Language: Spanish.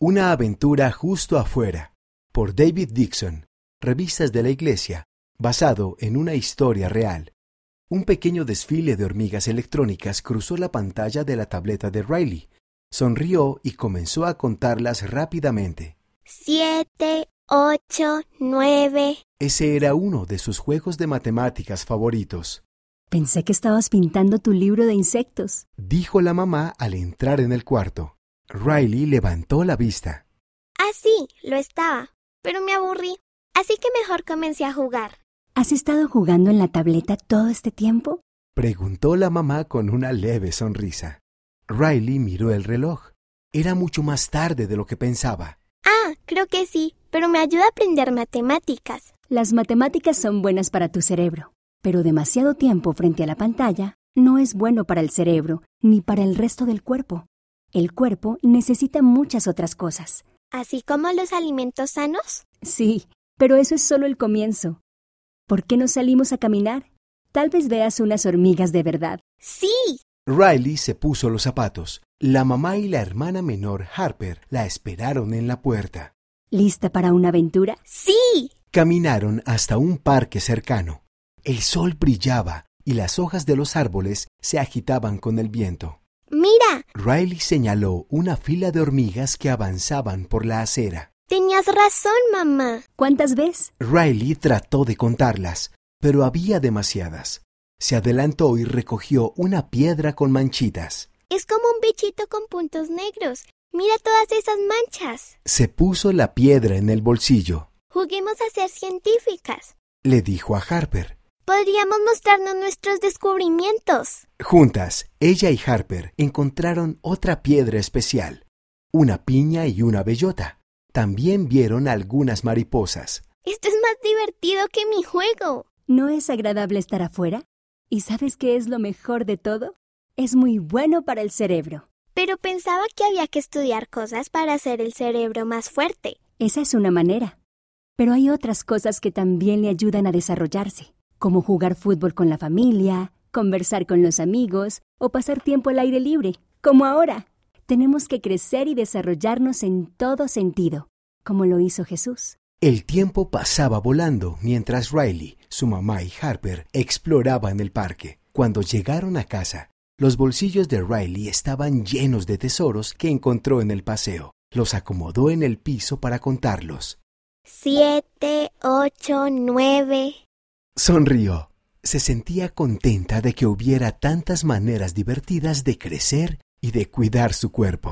Una aventura justo afuera, por David Dixon, Revistas de la Iglesia, basado en una historia real. Un pequeño desfile de hormigas electrónicas cruzó la pantalla de la tableta de Riley. Sonrió y comenzó a contarlas rápidamente. Siete, ocho, nueve. Ese era uno de sus juegos de matemáticas favoritos, Pensé que estabas pintando tu libro de insectos. dijo la mamá al entrar en el cuarto. Riley levantó la vista. Así lo estaba, pero me aburrí. Así que mejor comencé a jugar. ¿Has estado jugando en la tableta todo este tiempo? Preguntó la mamá con una leve sonrisa. Riley miró el reloj. Era mucho más tarde de lo que pensaba. Ah, creo que sí, pero me ayuda a aprender matemáticas. Las matemáticas son buenas para tu cerebro, pero demasiado tiempo frente a la pantalla no es bueno para el cerebro ni para el resto del cuerpo. El cuerpo necesita muchas otras cosas. Así como los alimentos sanos. Sí, pero eso es solo el comienzo. ¿Por qué no salimos a caminar? Tal vez veas unas hormigas de verdad. Sí. Riley se puso los zapatos. La mamá y la hermana menor Harper la esperaron en la puerta. ¿Lista para una aventura? Sí. Caminaron hasta un parque cercano. El sol brillaba y las hojas de los árboles se agitaban con el viento. Mira, Riley señaló una fila de hormigas que avanzaban por la acera. tenías razón, mamá. ¿Cuántas ves? Riley trató de contarlas, pero había demasiadas. Se adelantó y recogió una piedra con manchitas. Es como un bichito con puntos negros. Mira todas esas manchas. Se puso la piedra en el bolsillo. Juguemos a ser científicas. Le dijo a Harper. Podríamos mostrarnos nuestros descubrimientos. Juntas, ella y Harper encontraron otra piedra especial, una piña y una bellota. También vieron algunas mariposas. Esto es más divertido que mi juego. ¿No es agradable estar afuera? ¿Y sabes qué es lo mejor de todo? Es muy bueno para el cerebro. Pero pensaba que había que estudiar cosas para hacer el cerebro más fuerte. Esa es una manera. Pero hay otras cosas que también le ayudan a desarrollarse, como jugar fútbol con la familia, conversar con los amigos o pasar tiempo al aire libre, como ahora. Tenemos que crecer y desarrollarnos en todo sentido, como lo hizo Jesús. El tiempo pasaba volando mientras Riley, su mamá y Harper exploraban el parque. Cuando llegaron a casa, los bolsillos de Riley estaban llenos de tesoros que encontró en el paseo. Los acomodó en el piso para contarlos. Siete, ocho, nueve. Sonrió. Se sentía contenta de que hubiera tantas maneras divertidas de crecer y de cuidar su cuerpo.